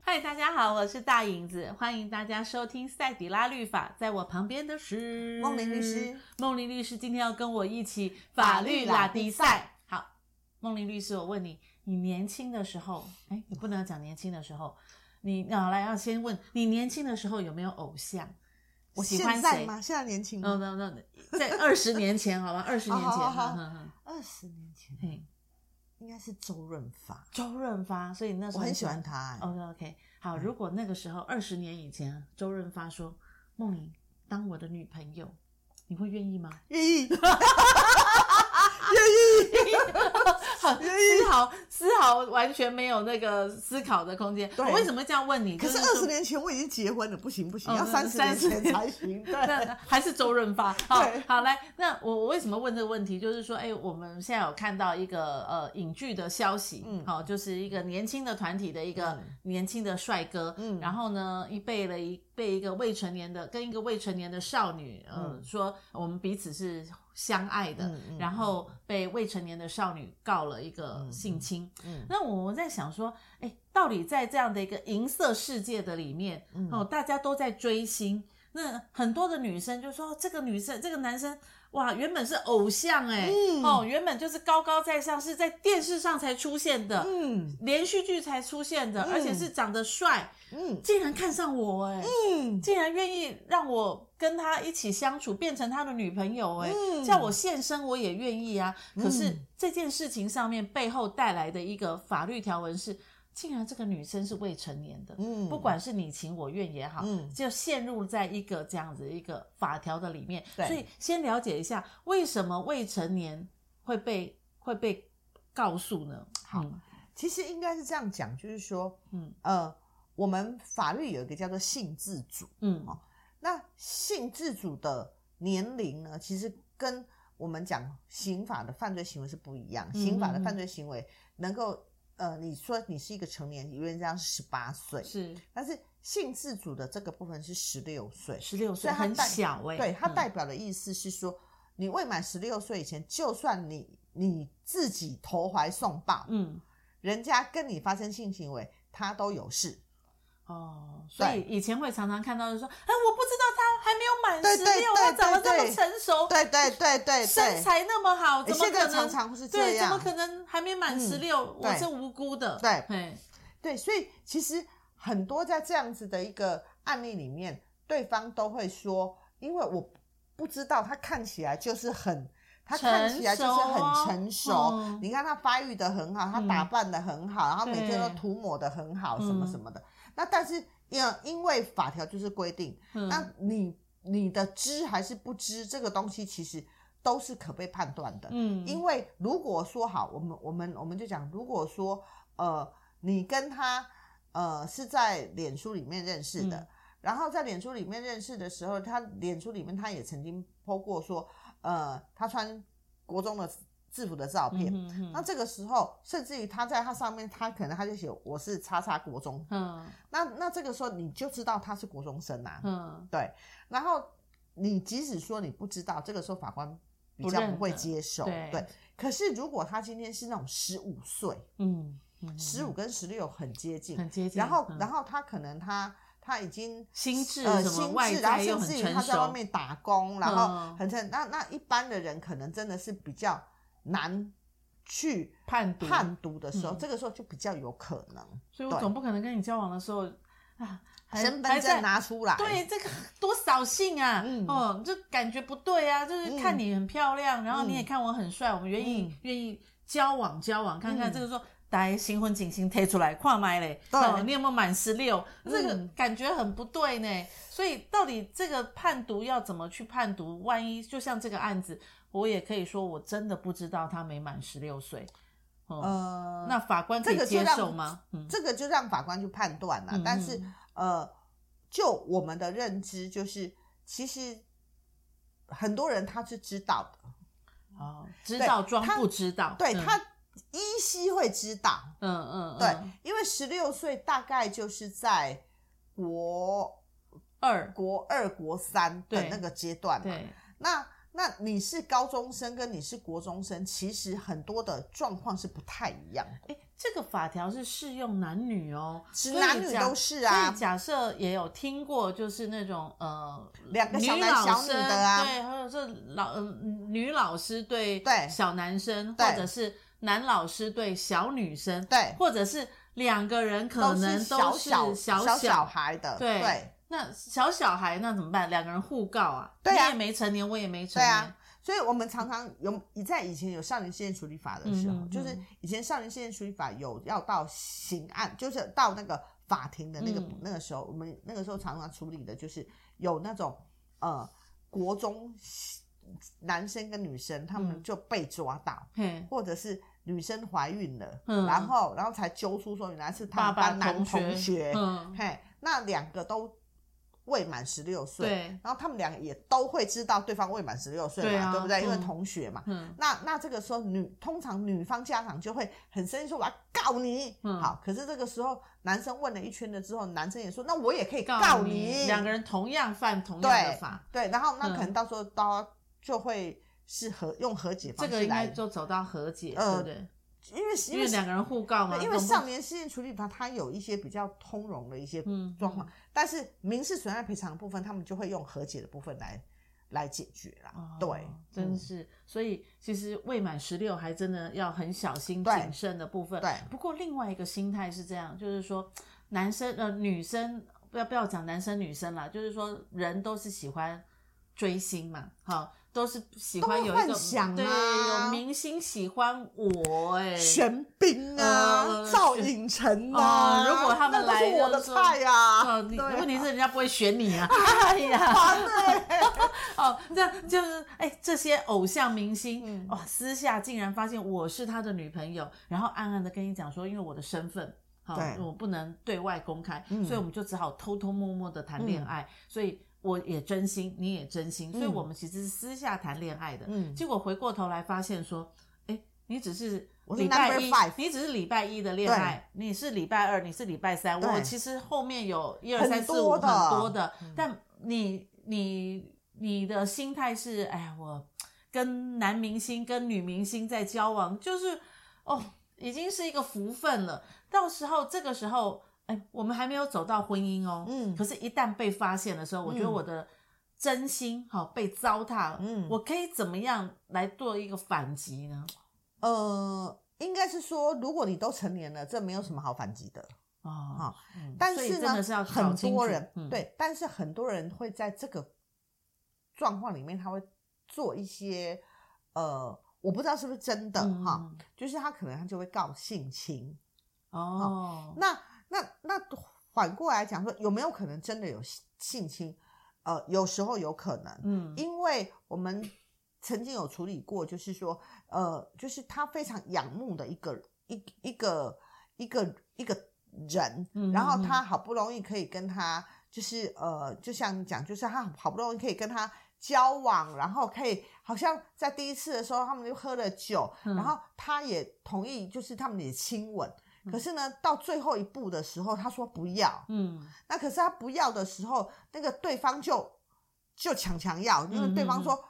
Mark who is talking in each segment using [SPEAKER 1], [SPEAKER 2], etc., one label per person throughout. [SPEAKER 1] 嗨，大家好，我是大影子，欢迎大家收听赛底拉律法。在我旁边的是
[SPEAKER 2] 梦玲律师，
[SPEAKER 1] 梦玲律师今天要跟我一起法律拉迪赛。好，梦玲律师，我问你，你年轻的时候，哎，你不能讲年轻的时候，你好来要先问你年轻的时候有没有偶像？我喜欢
[SPEAKER 2] 现在
[SPEAKER 1] 谁？
[SPEAKER 2] 吗？现在年轻
[SPEAKER 1] 嗯
[SPEAKER 2] 吗？
[SPEAKER 1] 嗯嗯，在二十年前，好吧，二十年前，
[SPEAKER 2] 哦好好好
[SPEAKER 1] 嗯嗯嗯
[SPEAKER 2] 二十年前
[SPEAKER 1] 嘿，
[SPEAKER 2] 应该是周润发，
[SPEAKER 1] 周润发，所以你那时
[SPEAKER 2] 我
[SPEAKER 1] 候
[SPEAKER 2] 很喜欢。他、哎
[SPEAKER 1] OK OK，好，如果那个时候二十年以前，周润发说梦莹当我的女朋友，你会愿意吗？
[SPEAKER 2] 愿意。哎
[SPEAKER 1] 丝毫丝毫完全没有那个思考的空间。
[SPEAKER 2] 对
[SPEAKER 1] 我为什么这样问你？
[SPEAKER 2] 可是
[SPEAKER 1] 就
[SPEAKER 2] 二
[SPEAKER 1] 说
[SPEAKER 2] 十年前我已经结婚了，不行不行，
[SPEAKER 1] 哦
[SPEAKER 2] 要
[SPEAKER 1] 对
[SPEAKER 2] 三十年
[SPEAKER 1] 30
[SPEAKER 2] 前才行。对，
[SPEAKER 1] 那 还是周润发。好
[SPEAKER 2] 对
[SPEAKER 1] 好来，那我我为什么问这个问题？就是说，哎，我们现在有看到一个呃影剧的消息，
[SPEAKER 2] 嗯
[SPEAKER 1] 好、就是一个年轻的团体的一个
[SPEAKER 2] 嗯
[SPEAKER 1] 年轻的帅哥，
[SPEAKER 2] 嗯
[SPEAKER 1] 然后呢，一被了一被一个未成年的跟一个未成年的少女，呃、嗯，
[SPEAKER 2] 嗯
[SPEAKER 1] 说我们彼此是相爱的，
[SPEAKER 2] 嗯嗯
[SPEAKER 1] 然后被未成年的少女告了一个性侵。
[SPEAKER 2] 嗯，
[SPEAKER 1] 那我在想说，哎，到底在这样的一个银色世界的里面，
[SPEAKER 2] 嗯
[SPEAKER 1] 哦，大家都在追星，那很多的女生就说，这个女生，这个男生，哇，原本是偶像哎、
[SPEAKER 2] 嗯
[SPEAKER 1] 哦，原本就是高高在上，是在电视上才出现的，
[SPEAKER 2] 嗯
[SPEAKER 1] 连续剧才出现的，而且是长得帅，
[SPEAKER 2] 嗯
[SPEAKER 1] 竟然看上我哎、
[SPEAKER 2] 嗯，
[SPEAKER 1] 竟然愿意让我跟他一起相处，变成他的女朋友、哎、
[SPEAKER 2] 嗯
[SPEAKER 1] 叫我现身我也愿意啊。可是这件事情上面背后带来的一个法律条文是，竟然这个女生是未成年的，
[SPEAKER 2] 嗯
[SPEAKER 1] 不管是你情我愿也好，
[SPEAKER 2] 嗯
[SPEAKER 1] 就陷入在一个这样子一个法条的里面。
[SPEAKER 2] 对
[SPEAKER 1] 所以先了解一下为什么未成年会被会被告诉呢？好，
[SPEAKER 2] 嗯其实应该是这样讲，就是说，
[SPEAKER 1] 嗯
[SPEAKER 2] 嗯呃，我们法律有一个叫做性自主，
[SPEAKER 1] 嗯
[SPEAKER 2] 哦那性自主的年龄呢，其实跟我们讲刑法的犯罪行为是不一样。
[SPEAKER 1] 嗯
[SPEAKER 2] 刑法的犯罪行为能够，呃，你说你是一个成年，理论上是十八岁，
[SPEAKER 1] 是
[SPEAKER 2] 但是性自主的这个部分是十六岁。
[SPEAKER 1] 十六
[SPEAKER 2] 所
[SPEAKER 1] 岁，
[SPEAKER 2] 以它
[SPEAKER 1] 很
[SPEAKER 2] 代
[SPEAKER 1] 小哎、
[SPEAKER 2] 对，它
[SPEAKER 1] 嗯
[SPEAKER 2] 代表的意思是说，你未满十六岁以前，就算你你自己投怀送抱，
[SPEAKER 1] 嗯。
[SPEAKER 2] 人家跟你发生性行为，他都有事。
[SPEAKER 1] 哦，所
[SPEAKER 2] 对
[SPEAKER 1] 以以前会常常看到就说，哎，我不知道他还没有满
[SPEAKER 2] 对
[SPEAKER 1] 十
[SPEAKER 2] 对
[SPEAKER 1] 六，
[SPEAKER 2] 对
[SPEAKER 1] 他长得这
[SPEAKER 2] 对
[SPEAKER 1] 么成熟，
[SPEAKER 2] 对对对对
[SPEAKER 1] 哦身
[SPEAKER 2] 对。
[SPEAKER 1] 材那么好，
[SPEAKER 2] 诶
[SPEAKER 1] 怎么
[SPEAKER 2] 现
[SPEAKER 1] 可
[SPEAKER 2] 在
[SPEAKER 1] 能？
[SPEAKER 2] 常常是这
[SPEAKER 1] 对，怎
[SPEAKER 2] 样，
[SPEAKER 1] 么可能还没满
[SPEAKER 2] 嗯
[SPEAKER 1] 十六、我
[SPEAKER 2] 对
[SPEAKER 1] 是无辜的？
[SPEAKER 2] 对
[SPEAKER 1] 嘿，
[SPEAKER 2] 对，所以其实很多在这样子的一个案例里面，对方都会说，因为我不知道他看起来就是很，他看起来就是很
[SPEAKER 1] 成
[SPEAKER 2] 成
[SPEAKER 1] 熟
[SPEAKER 2] 熟，
[SPEAKER 1] 哦嗯
[SPEAKER 2] 你看他发育的很好，他打扮的很好，然后每天都
[SPEAKER 1] 对
[SPEAKER 2] 涂抹的很好，什么
[SPEAKER 1] 嗯
[SPEAKER 2] 什么的。那但是因因为法条就是规定，
[SPEAKER 1] 嗯
[SPEAKER 2] 那你你的知还是不知这个东西，其实都是可被判断的。
[SPEAKER 1] 嗯，
[SPEAKER 2] 因为如果说好，我们我们我们就讲，如果说呃，你跟他呃是在脸书里面认识的，
[SPEAKER 1] 嗯
[SPEAKER 2] 然后在脸书里面认识的时候，他脸书里面他也曾经 po 过说，呃，他穿国中的制服的照片。
[SPEAKER 1] 嗯哼
[SPEAKER 2] 那这个时候，甚至于他在他上面，他可能他就写我是叉叉国中，
[SPEAKER 1] 嗯
[SPEAKER 2] 那那这个时候你就知道他是国中生啦、啊
[SPEAKER 1] 嗯
[SPEAKER 2] 对。然后你即使说你不知道，这个时候法官比
[SPEAKER 1] 不
[SPEAKER 2] 较
[SPEAKER 1] 认
[SPEAKER 2] 不会
[SPEAKER 1] 的
[SPEAKER 2] 接受，
[SPEAKER 1] 对
[SPEAKER 2] 可是如果他今天是那种十五岁，
[SPEAKER 1] 嗯嗯，
[SPEAKER 2] 十五跟十六很接近，
[SPEAKER 1] 很接近。
[SPEAKER 2] 然后、
[SPEAKER 1] 嗯
[SPEAKER 2] 然后他可能他他已经。
[SPEAKER 1] 心智
[SPEAKER 2] 呃，
[SPEAKER 1] 什么
[SPEAKER 2] 心
[SPEAKER 1] 外
[SPEAKER 2] 智，然
[SPEAKER 1] 在
[SPEAKER 2] 后
[SPEAKER 1] 又
[SPEAKER 2] 甚
[SPEAKER 1] 很
[SPEAKER 2] 至于他
[SPEAKER 1] 成
[SPEAKER 2] 在外
[SPEAKER 1] 熟，
[SPEAKER 2] 面打工，然后
[SPEAKER 1] 嗯
[SPEAKER 2] 很成。那那一般的人可能真的是比较难去
[SPEAKER 1] 判读
[SPEAKER 2] 判读的时候，
[SPEAKER 1] 嗯
[SPEAKER 2] 这个时候就比较有可能
[SPEAKER 1] 所以我
[SPEAKER 2] 对
[SPEAKER 1] 总不可能跟你交往的时候啊，还还
[SPEAKER 2] 身份
[SPEAKER 1] 在
[SPEAKER 2] 证拿出来，
[SPEAKER 1] 对，这个多扫兴啊！
[SPEAKER 2] 嗯
[SPEAKER 1] 哦，这感觉不对啊，就是看
[SPEAKER 2] 嗯
[SPEAKER 1] 你很漂亮，然后你
[SPEAKER 2] 嗯
[SPEAKER 1] 也看我很帅，我们愿意、愿意交往交往看看。
[SPEAKER 2] 嗯
[SPEAKER 1] 这个说，来新婚警星贴出来跨麦嘞，
[SPEAKER 2] 对
[SPEAKER 1] 哦，你有没有满十六？这个
[SPEAKER 2] 嗯
[SPEAKER 1] 感觉很不对呢。所以到底这个判读要怎么去判读？万一就像这个案子，我也可以说我真的不知道他没满十六岁，哦
[SPEAKER 2] 呃，
[SPEAKER 1] 那法官可
[SPEAKER 2] 这
[SPEAKER 1] 以
[SPEAKER 2] 个就
[SPEAKER 1] 接
[SPEAKER 2] 让
[SPEAKER 1] 受吗？嗯，
[SPEAKER 2] 这个就让法官去判断了。但是
[SPEAKER 1] 嗯
[SPEAKER 2] 呃，就我们的认知，就是其实很多人他是知道的，
[SPEAKER 1] 哦，知
[SPEAKER 2] 对
[SPEAKER 1] 道装
[SPEAKER 2] 他
[SPEAKER 1] 不知道，
[SPEAKER 2] 对、
[SPEAKER 1] 嗯
[SPEAKER 2] 他依稀会知道，
[SPEAKER 1] 嗯嗯，
[SPEAKER 2] 对，
[SPEAKER 1] 嗯
[SPEAKER 2] 因为十六岁大概就是在国
[SPEAKER 1] 二
[SPEAKER 2] 国二、国三的
[SPEAKER 1] 对
[SPEAKER 2] 那个阶段嘛。
[SPEAKER 1] 对。
[SPEAKER 2] 那那你是高中生跟你是国中生，其实很多的状况是不太一样的，
[SPEAKER 1] 哎，这个法条是适用男女哦，
[SPEAKER 2] 其实
[SPEAKER 1] 所以
[SPEAKER 2] 男女
[SPEAKER 1] 假
[SPEAKER 2] 都是
[SPEAKER 1] 所
[SPEAKER 2] 啊
[SPEAKER 1] 以，假设也有听过，就是那种呃，
[SPEAKER 2] 两个小
[SPEAKER 1] 女
[SPEAKER 2] 男
[SPEAKER 1] 老
[SPEAKER 2] 小女
[SPEAKER 1] 生
[SPEAKER 2] 的啊
[SPEAKER 1] 对，还有这老、呃、女老师对
[SPEAKER 2] 对
[SPEAKER 1] 小男生，
[SPEAKER 2] 对
[SPEAKER 1] 或者是男老师对小女生，
[SPEAKER 2] 对，
[SPEAKER 1] 或者是两个人可能
[SPEAKER 2] 是
[SPEAKER 1] 都
[SPEAKER 2] 小
[SPEAKER 1] 是
[SPEAKER 2] 小
[SPEAKER 1] 小
[SPEAKER 2] 小小孩的，
[SPEAKER 1] 对
[SPEAKER 2] 对
[SPEAKER 1] 那小小孩那怎么办？两个人互告啊，
[SPEAKER 2] 对啊
[SPEAKER 1] 你也没成年，我也没成
[SPEAKER 2] 对
[SPEAKER 1] 年，
[SPEAKER 2] 啊，所以我们常常有你在以前有少年事件处理法的时候，
[SPEAKER 1] 嗯嗯嗯
[SPEAKER 2] 就是以前少年事件处理法有要到刑案，就是到那个法庭的那个、
[SPEAKER 1] 嗯
[SPEAKER 2] 那个时候，我们那个时候常常处理的就是有那种呃国中男生跟女生他们
[SPEAKER 1] 嗯
[SPEAKER 2] 就被抓到，
[SPEAKER 1] 嘿，
[SPEAKER 2] 或者是女生怀孕了，
[SPEAKER 1] 嗯
[SPEAKER 2] 然后然后才揪出说原来是他
[SPEAKER 1] 爸
[SPEAKER 2] 们
[SPEAKER 1] 爸
[SPEAKER 2] 班男
[SPEAKER 1] 学，
[SPEAKER 2] 同学，
[SPEAKER 1] 嗯，
[SPEAKER 2] 嘿，那两个都未满十六岁，
[SPEAKER 1] 对，
[SPEAKER 2] 然后他们两个也都会知道对方未满十六岁嘛，
[SPEAKER 1] 对啊
[SPEAKER 2] 不对？因为
[SPEAKER 1] 嗯
[SPEAKER 2] 同学嘛。
[SPEAKER 1] 嗯，
[SPEAKER 2] 那那这个时候女通常女方家长就会很生气说我要告你，
[SPEAKER 1] 嗯
[SPEAKER 2] 好。可是这个时候男生问了一圈了之后，男生也说那我也可以
[SPEAKER 1] 告
[SPEAKER 2] 你，
[SPEAKER 1] 两个人同样犯同样的
[SPEAKER 2] 对
[SPEAKER 1] 法，
[SPEAKER 2] 对，然后那
[SPEAKER 1] 嗯
[SPEAKER 2] 可能到时候到就会是和用和解方
[SPEAKER 1] 这个
[SPEAKER 2] 式
[SPEAKER 1] 应该
[SPEAKER 2] 来，
[SPEAKER 1] 就走到和解，对不
[SPEAKER 2] 呃
[SPEAKER 1] 对？
[SPEAKER 2] 因为
[SPEAKER 1] 因为两个人互告嘛，
[SPEAKER 2] 对因为
[SPEAKER 1] 总不
[SPEAKER 2] 少年事件处理法它有一些比较通融的一些
[SPEAKER 1] 嗯
[SPEAKER 2] 状况，但是民事损害赔偿的部分，他们就会用和解的部分来来解决啦。
[SPEAKER 1] 哦
[SPEAKER 2] 对，
[SPEAKER 1] 真
[SPEAKER 2] 嗯
[SPEAKER 1] 是，所以其实未满十六还真的要很小心
[SPEAKER 2] 对
[SPEAKER 1] 谨慎的部分。
[SPEAKER 2] 对
[SPEAKER 1] 不过另外一个心态是这样，就是说男生呃女生不要不要讲男生女生啦，就是说人都是喜欢追星嘛，好。都是喜欢有一
[SPEAKER 2] 都
[SPEAKER 1] 个
[SPEAKER 2] 会幻想啊
[SPEAKER 1] 对，有明星喜欢我哎、
[SPEAKER 2] 玄彬啊，
[SPEAKER 1] 呃
[SPEAKER 2] 赵
[SPEAKER 1] 玄
[SPEAKER 2] 颖晨
[SPEAKER 1] 哦
[SPEAKER 2] 啊，
[SPEAKER 1] 如果他们
[SPEAKER 2] 那都
[SPEAKER 1] 来
[SPEAKER 2] 是我
[SPEAKER 1] 就
[SPEAKER 2] 的
[SPEAKER 1] 是说
[SPEAKER 2] 菜啊，
[SPEAKER 1] 哦，你
[SPEAKER 2] 对啊
[SPEAKER 1] 问题是人家不会选你 啊！哎呀，
[SPEAKER 2] 烦 欸
[SPEAKER 1] 哦，这样就是哎，这些偶像明星、
[SPEAKER 2] 嗯
[SPEAKER 1] 哦，私下竟然发现我是他的女朋友，然后暗暗的跟你讲说，因为我的身份。好
[SPEAKER 2] 对，
[SPEAKER 1] 我不能对外公开，
[SPEAKER 2] 嗯
[SPEAKER 1] 所以我们就只好偷偷摸摸的谈恋爱。所以我也真心，你也真心，所以
[SPEAKER 2] 嗯
[SPEAKER 1] 我们其实是私下谈恋爱的。
[SPEAKER 2] 嗯
[SPEAKER 1] 结果回过头来发现说，哎，你只是
[SPEAKER 2] 我是
[SPEAKER 1] 礼拜
[SPEAKER 2] number
[SPEAKER 1] 一
[SPEAKER 2] five，
[SPEAKER 1] 你只是礼拜一的恋爱，你是礼拜二，你是礼拜三。
[SPEAKER 2] 对
[SPEAKER 1] 我其实后面有一二三
[SPEAKER 2] 很
[SPEAKER 1] 四五很
[SPEAKER 2] 多的嗯
[SPEAKER 1] 多的，但你你你的心态是，哎呀，我跟男明星跟女明星在交往，就是哦，已经是一个福分了。到时候这个时候，哎，我们还没有走到婚姻哦，
[SPEAKER 2] 嗯
[SPEAKER 1] 可是，一旦被发现的时候，我觉得
[SPEAKER 2] 嗯
[SPEAKER 1] 我的真心好、被糟蹋了，
[SPEAKER 2] 嗯
[SPEAKER 1] 我可以怎么样来做一个反击呢？
[SPEAKER 2] 呃，应该是说，如果你都成年了，这没有什么好反击的。
[SPEAKER 1] 哦
[SPEAKER 2] 好，
[SPEAKER 1] 嗯
[SPEAKER 2] 但
[SPEAKER 1] 所以
[SPEAKER 2] 是
[SPEAKER 1] 真
[SPEAKER 2] 呢，
[SPEAKER 1] 的是要搞
[SPEAKER 2] 很
[SPEAKER 1] 清
[SPEAKER 2] 多
[SPEAKER 1] 楚
[SPEAKER 2] 人、
[SPEAKER 1] 嗯
[SPEAKER 2] 对，但是很多人会在这个状况里面，他会做一些呃，我不知道是不是真的
[SPEAKER 1] 嗯
[SPEAKER 2] 哈、
[SPEAKER 1] 嗯
[SPEAKER 2] 就是他可能他就会告性侵。
[SPEAKER 1] 哦，
[SPEAKER 2] 那那那反过来讲说，有没有可能真的有性性侵？呃，有时候有可能，
[SPEAKER 1] 嗯
[SPEAKER 2] 因为我们曾经有处理过，就是说，呃，就是他非常仰慕的一个一一个一个一个人，
[SPEAKER 1] 嗯
[SPEAKER 2] 然后他好不容易可以跟他，就是呃，就像你讲，就是他好不容易可以跟他交往，然后可以好像在第一次的时候，他们就喝了酒，
[SPEAKER 1] 嗯
[SPEAKER 2] 然后他也同意，就是他们也亲吻。
[SPEAKER 1] 嗯
[SPEAKER 2] 可是呢，到最后一步的时候，他说不要，
[SPEAKER 1] 嗯
[SPEAKER 2] 那可是他不要的时候，那个对方就就强强要，因为对方说、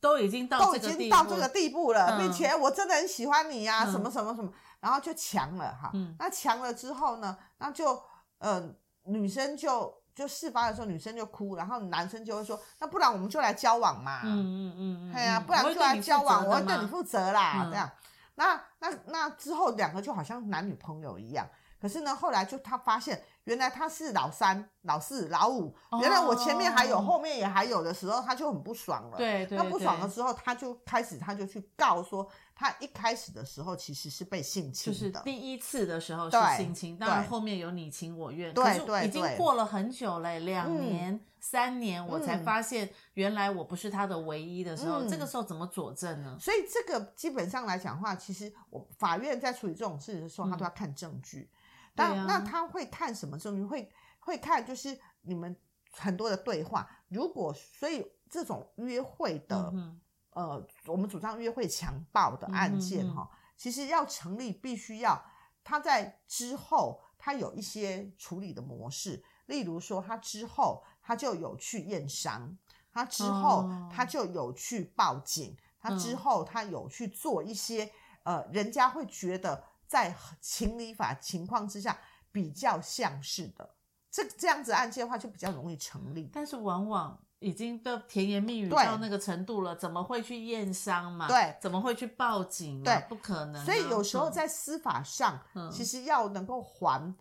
[SPEAKER 1] 都已经嗯到
[SPEAKER 2] 都
[SPEAKER 1] 这
[SPEAKER 2] 已
[SPEAKER 1] 个
[SPEAKER 2] 经
[SPEAKER 1] 地
[SPEAKER 2] 到
[SPEAKER 1] 步
[SPEAKER 2] 这个地步了，
[SPEAKER 1] 嗯
[SPEAKER 2] 并且我真的很喜欢你呀、
[SPEAKER 1] 嗯
[SPEAKER 2] 什么什么什么，然后就强了哈。
[SPEAKER 1] 嗯
[SPEAKER 2] 那强了之后呢，那就呃女生就就事发的时候女生就哭，然后男生就会说，那不然我们就来交往嘛。
[SPEAKER 1] 嗯嗯嗯嗯，
[SPEAKER 2] 哎呀、
[SPEAKER 1] 嗯
[SPEAKER 2] 不然就来交往，我会对你。
[SPEAKER 1] 负
[SPEAKER 2] 负责啦，
[SPEAKER 1] 嗯
[SPEAKER 2] 这样。那那那之后两个就好像男女朋友一样，可是呢，后来就他发现原来他是老三、老四、老五，原来我前面还有，
[SPEAKER 1] 哦
[SPEAKER 2] 后面也还有的时候，他就很不爽了。
[SPEAKER 1] 对对，
[SPEAKER 2] 那不爽
[SPEAKER 1] 对
[SPEAKER 2] 的时候，他就开始他就去告说，他一开始的时候其实是被性侵
[SPEAKER 1] 就
[SPEAKER 2] 的，
[SPEAKER 1] 是第一次的时候是
[SPEAKER 2] 对
[SPEAKER 1] 性侵，当然
[SPEAKER 2] 对
[SPEAKER 1] 后面有你情我愿，
[SPEAKER 2] 对
[SPEAKER 1] 可是
[SPEAKER 2] 对
[SPEAKER 1] 已经
[SPEAKER 2] 对
[SPEAKER 1] 过了很久了，两
[SPEAKER 2] 嗯
[SPEAKER 1] 年、三年，我才
[SPEAKER 2] 嗯
[SPEAKER 1] 发现原来我不是他的唯一的时候，
[SPEAKER 2] 嗯
[SPEAKER 1] 这个时候怎么佐证呢？
[SPEAKER 2] 所以这个基本上来讲的话，其实我法院在处理这种事的时候，
[SPEAKER 1] 嗯
[SPEAKER 2] 他都要看证据。
[SPEAKER 1] 对
[SPEAKER 2] 那、
[SPEAKER 1] 啊
[SPEAKER 2] 那他会看什么证据？会会看就是你们很多的对话。如果所以这种约会的、
[SPEAKER 1] 嗯
[SPEAKER 2] 呃，我们主张约会强暴的案件
[SPEAKER 1] 嗯哼
[SPEAKER 2] 哈、其实要成立，必须要他在之后他有一些处理的模式，例如说他之后他就有去验伤，他之后
[SPEAKER 1] 哦
[SPEAKER 2] 他就有去报警，他之
[SPEAKER 1] 嗯
[SPEAKER 2] 后他有去做一些呃，人家会觉得在情理法情况之下比较像是的，这这样子案件的话就比较容易成立。
[SPEAKER 1] 但是往往已经都甜言蜜语
[SPEAKER 2] 对
[SPEAKER 1] 到那个程度了，怎么会去验伤嘛？
[SPEAKER 2] 对，
[SPEAKER 1] 怎么会去报警嘛？
[SPEAKER 2] 对
[SPEAKER 1] 不可能啊、
[SPEAKER 2] 所以有时候
[SPEAKER 1] 嗯
[SPEAKER 2] 在司法上，
[SPEAKER 1] 嗯
[SPEAKER 2] 其实要能够还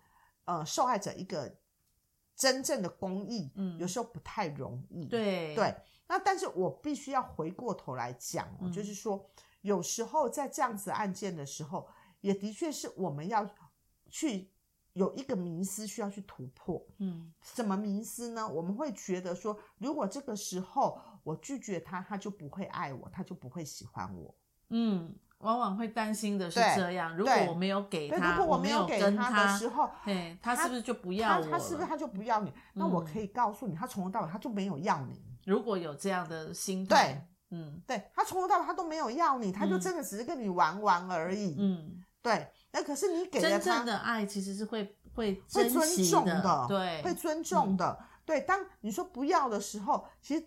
[SPEAKER 2] 呃受害者一个真正的公益，
[SPEAKER 1] 嗯
[SPEAKER 2] 有时候不太容易。
[SPEAKER 1] 对
[SPEAKER 2] 对，那但是我必须要回过头来讲、哦，
[SPEAKER 1] 嗯
[SPEAKER 2] 就是说，有时候在这样子案件的时候，也的确是我们要去有一个迷思需要去突破。
[SPEAKER 1] 嗯
[SPEAKER 2] 什么迷思呢？我们会觉得说，如果这个时候我拒绝他，他就不会爱我，他就不会喜欢我。
[SPEAKER 1] 嗯，往往会担心的是
[SPEAKER 2] 对
[SPEAKER 1] 这样，如果
[SPEAKER 2] 对
[SPEAKER 1] 我没有给
[SPEAKER 2] 对，
[SPEAKER 1] 他，
[SPEAKER 2] 如果
[SPEAKER 1] 我
[SPEAKER 2] 没
[SPEAKER 1] 有
[SPEAKER 2] 给
[SPEAKER 1] 跟
[SPEAKER 2] 他的时候，
[SPEAKER 1] 对他
[SPEAKER 2] 他
[SPEAKER 1] 是不是就不要我
[SPEAKER 2] 他他是不是
[SPEAKER 1] 了
[SPEAKER 2] 他就不要你？那我可
[SPEAKER 1] 嗯
[SPEAKER 2] 以告诉你，他从头到尾他就没有要你。
[SPEAKER 1] 如果有这样的心态，嗯
[SPEAKER 2] 对他从头到尾他都没有要你，他就
[SPEAKER 1] 嗯
[SPEAKER 2] 真的只是跟你玩玩而已。
[SPEAKER 1] 嗯，
[SPEAKER 2] 对，那可是你给了
[SPEAKER 1] 真
[SPEAKER 2] 他
[SPEAKER 1] 正的爱其实是会会
[SPEAKER 2] 会
[SPEAKER 1] 珍
[SPEAKER 2] 尊
[SPEAKER 1] 惜
[SPEAKER 2] 重
[SPEAKER 1] 对，
[SPEAKER 2] 会尊重的。
[SPEAKER 1] 嗯
[SPEAKER 2] 对，当你说不要的时候，其实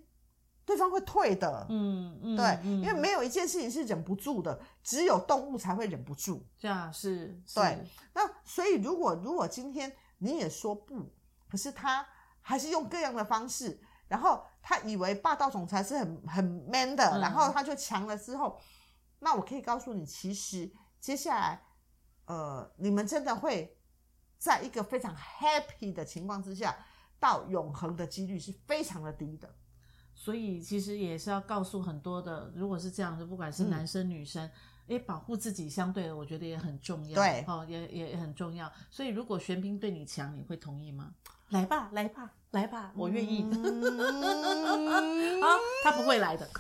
[SPEAKER 2] 对方会退的。
[SPEAKER 1] 嗯嗯，
[SPEAKER 2] 对，
[SPEAKER 1] 嗯
[SPEAKER 2] 因为没有一件事情是忍不住的，只有动物才会忍不住。
[SPEAKER 1] 这样是，是
[SPEAKER 2] 对，那所以，如果如果今天你也说不，可是他还是用各样的方式，然后他以为霸道总裁是很很 man 的，
[SPEAKER 1] 嗯
[SPEAKER 2] 然后他就强了之后，那我可以告诉你，其实接下来，呃，你们真的会在一个非常 happy 的情况之下，到永恒的几率是非常的低的。
[SPEAKER 1] 所以其实也是要告诉很多的，如果是这样的，不管是男生女生，诶，保护自己相对的，我觉得也很重要，
[SPEAKER 2] 对
[SPEAKER 1] 哦，也也也很重要。所以如果玄彬对你强，你会同意吗？来吧，来吧，来吧，我愿意。
[SPEAKER 2] 嗯
[SPEAKER 1] 啊，他不会来的，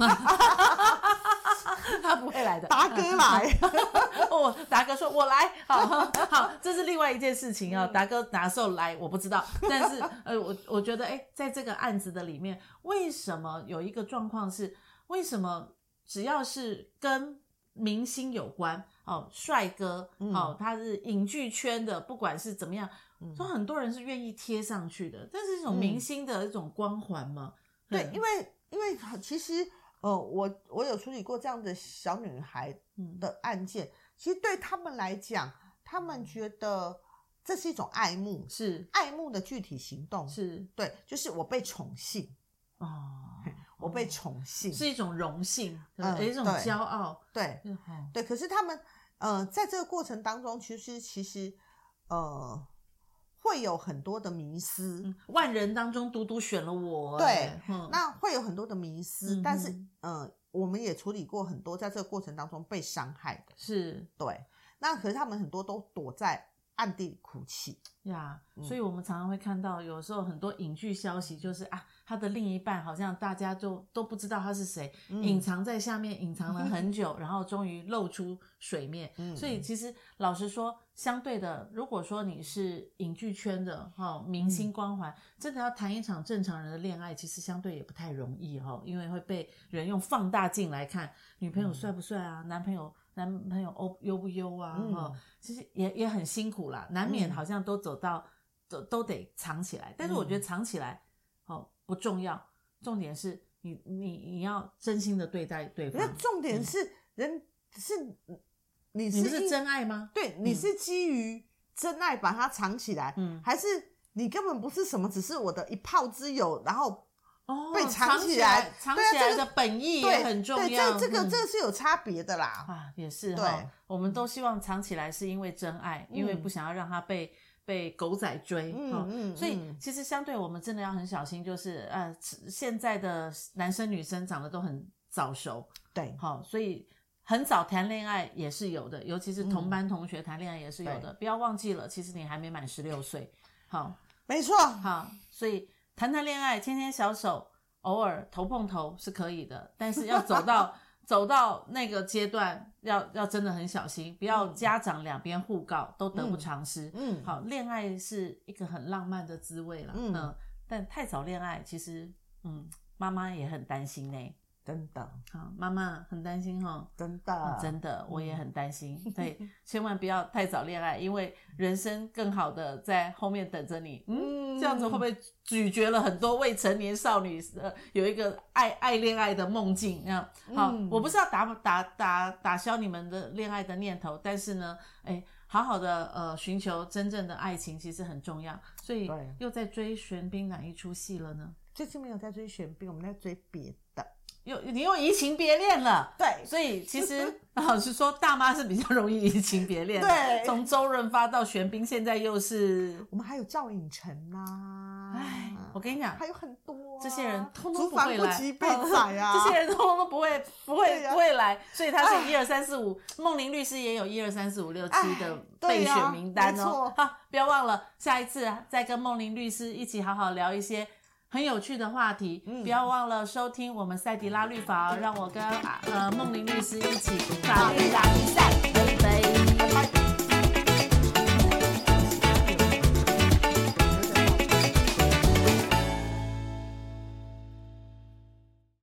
[SPEAKER 1] 他不会来的。
[SPEAKER 2] 达哥来，
[SPEAKER 1] 我哦达哥说：“我 来，好好，这是另外一件事情
[SPEAKER 2] 嗯
[SPEAKER 1] 啊。达哥哪时候来我不知道，但是呃，我我觉得，哎、在这个案子的里面，为什么有一个状况是，为什么只要是跟明星有关哦，帅哥
[SPEAKER 2] 嗯
[SPEAKER 1] 哦，他是影剧圈的，不管是怎么样，都很多人是愿意贴上去的，这是一种
[SPEAKER 2] 嗯
[SPEAKER 1] 明星的一种光环嘛。嗯
[SPEAKER 2] 对，因为因为其实呃，我我有处理过这样的小女孩
[SPEAKER 1] 嗯
[SPEAKER 2] 的案件，其实对他们来讲，他们觉得这是一种爱慕，
[SPEAKER 1] 是
[SPEAKER 2] 爱慕的具体行动，
[SPEAKER 1] 是
[SPEAKER 2] 对，就是我被宠幸，
[SPEAKER 1] 哦，
[SPEAKER 2] 我被宠幸，
[SPEAKER 1] 是一种荣幸，对吧
[SPEAKER 2] 嗯
[SPEAKER 1] 也一种
[SPEAKER 2] 对
[SPEAKER 1] 骄傲。
[SPEAKER 2] 对
[SPEAKER 1] 嗯好
[SPEAKER 2] 对。可是他们呃，在这个过程当中，其实其实呃，会有很多的迷思，
[SPEAKER 1] 嗯万人当中，独独选了我。
[SPEAKER 2] 对
[SPEAKER 1] 哎，嗯
[SPEAKER 2] 那会有很多的迷思，但是
[SPEAKER 1] 嗯
[SPEAKER 2] 呃，我们也处理过很多在这个过程当中被伤害的。
[SPEAKER 1] 是
[SPEAKER 2] 对，那可是他们很多都躲在暗地里哭泣。
[SPEAKER 1] 呀，
[SPEAKER 2] 嗯
[SPEAKER 1] 所以我们常常会看到，有时候很多影剧消息就是啊，他的另一半好像大家就都不知道他是谁，
[SPEAKER 2] 嗯
[SPEAKER 1] 隐藏在下面，隐藏了很久，然后终于露出水面。
[SPEAKER 2] 嗯
[SPEAKER 1] 所以其实老实说，相对的，如果说你是影剧圈的哈、哦明
[SPEAKER 2] 嗯
[SPEAKER 1] 星光环，真的要谈一场正常人的恋爱，其实相对也不太容易哈、哦因为会被人用放大镜来看女朋友帅不帅啊，男朋友男朋友欧优不优啊，哈、
[SPEAKER 2] 嗯
[SPEAKER 1] 其实也也很辛苦啦，难免好像都走到、都都得藏起来，但是我
[SPEAKER 2] 嗯
[SPEAKER 1] 觉得藏起来哦不重要，重点是你你你要真心的对待对
[SPEAKER 2] 那
[SPEAKER 1] 方，
[SPEAKER 2] 重点是人是你
[SPEAKER 1] 嗯你
[SPEAKER 2] 是
[SPEAKER 1] 们是
[SPEAKER 2] 因
[SPEAKER 1] 真爱吗？
[SPEAKER 2] 对，你
[SPEAKER 1] 嗯
[SPEAKER 2] 是基于真爱把它藏起来，
[SPEAKER 1] 嗯
[SPEAKER 2] 还是你根本不是什么，只是我的一炮之友，然后
[SPEAKER 1] 哦，
[SPEAKER 2] 被
[SPEAKER 1] 藏
[SPEAKER 2] 藏
[SPEAKER 1] 起
[SPEAKER 2] 起来
[SPEAKER 1] 藏
[SPEAKER 2] 对啊
[SPEAKER 1] 起来
[SPEAKER 2] 这个
[SPEAKER 1] 的本意也
[SPEAKER 2] 对
[SPEAKER 1] 很重
[SPEAKER 2] 对，
[SPEAKER 1] 要。
[SPEAKER 2] 这这个
[SPEAKER 1] 嗯
[SPEAKER 2] 这个是有差别的啦。
[SPEAKER 1] 啊，也是
[SPEAKER 2] 对
[SPEAKER 1] 哈，我们都希望藏起来是因为真爱，因为
[SPEAKER 2] 嗯
[SPEAKER 1] 不想要让它被被狗仔追。哈
[SPEAKER 2] 嗯嗯，
[SPEAKER 1] 所以
[SPEAKER 2] 嗯
[SPEAKER 1] 其实相对我们真的要很小心，就是呃，现在的男生女生长得都很早熟，
[SPEAKER 2] 对，
[SPEAKER 1] 好、所以很早谈恋爱也是有的，尤其是同
[SPEAKER 2] 嗯
[SPEAKER 1] 班同学谈恋爱也是有的。不要忘记了，其实你还没满十六岁，好
[SPEAKER 2] 没错，
[SPEAKER 1] 好，所以谈谈恋爱，牵牵小手，偶尔头碰头是可以的，但是要走 到走到那个阶段，要要真的很小心，不要家长两边互告，都得不
[SPEAKER 2] 嗯
[SPEAKER 1] 偿失。
[SPEAKER 2] 嗯，
[SPEAKER 1] 好，恋爱是一个很浪漫的滋味啦，嗯、
[SPEAKER 2] 嗯
[SPEAKER 1] 但太早恋爱其实，嗯，妈妈也很担心呢、
[SPEAKER 2] 真的，
[SPEAKER 1] 好，妈妈很担心哈、
[SPEAKER 2] 真的，
[SPEAKER 1] 啊真
[SPEAKER 2] 嗯
[SPEAKER 1] 的，我也很担 心。对，千万不要太早恋爱，因为人生更好的在后面等着你。嗯，
[SPEAKER 2] 嗯
[SPEAKER 1] 这样子会不会咀嚼了很多未成年少女呃有一个爱爱恋爱的梦境？那样好，
[SPEAKER 2] 嗯
[SPEAKER 1] 我不是要打打打打消你们的恋爱的念头，但是呢，哎，好好的呃寻求真正的爱情其实很重要。所以
[SPEAKER 2] 对
[SPEAKER 1] 又在追玄彬哪一出戏了呢？
[SPEAKER 2] 最近没有在追玄彬，我们在追别的。
[SPEAKER 1] 又你又移情别恋了。
[SPEAKER 2] 对，
[SPEAKER 1] 所以其 实老实说，大妈是比较容易移情别恋的。
[SPEAKER 2] 对
[SPEAKER 1] 从周润发到玄彬，现在又是，
[SPEAKER 2] 我们还有赵寅成呐、
[SPEAKER 1] 哎，我跟你讲，
[SPEAKER 2] 还有很多啊、
[SPEAKER 1] 这些人通通
[SPEAKER 2] 厨
[SPEAKER 1] 不
[SPEAKER 2] 房
[SPEAKER 1] 会
[SPEAKER 2] 不
[SPEAKER 1] 来
[SPEAKER 2] 及被宰啊，
[SPEAKER 1] 这些人通通都不会不
[SPEAKER 2] 对
[SPEAKER 1] 会
[SPEAKER 2] 呀
[SPEAKER 1] 不会来，所以他是
[SPEAKER 2] 哎
[SPEAKER 1] 一二三四五，梦玲律师也有一二三四五六七
[SPEAKER 2] 哎
[SPEAKER 1] 的
[SPEAKER 2] 对
[SPEAKER 1] 备
[SPEAKER 2] 呀
[SPEAKER 1] 选名单
[SPEAKER 2] 没
[SPEAKER 1] 哦
[SPEAKER 2] 错。
[SPEAKER 1] 好，不要忘了下一次啊再跟梦玲律师一起好好聊一些。很有趣的话题，
[SPEAKER 2] 嗯
[SPEAKER 1] 不要忘了收听我们赛迪拉律法哦，让我跟啊呃梦玲律师一起法
[SPEAKER 2] 法
[SPEAKER 1] 律
[SPEAKER 2] 律
[SPEAKER 1] 打
[SPEAKER 2] 打
[SPEAKER 1] 比赛，拜拜。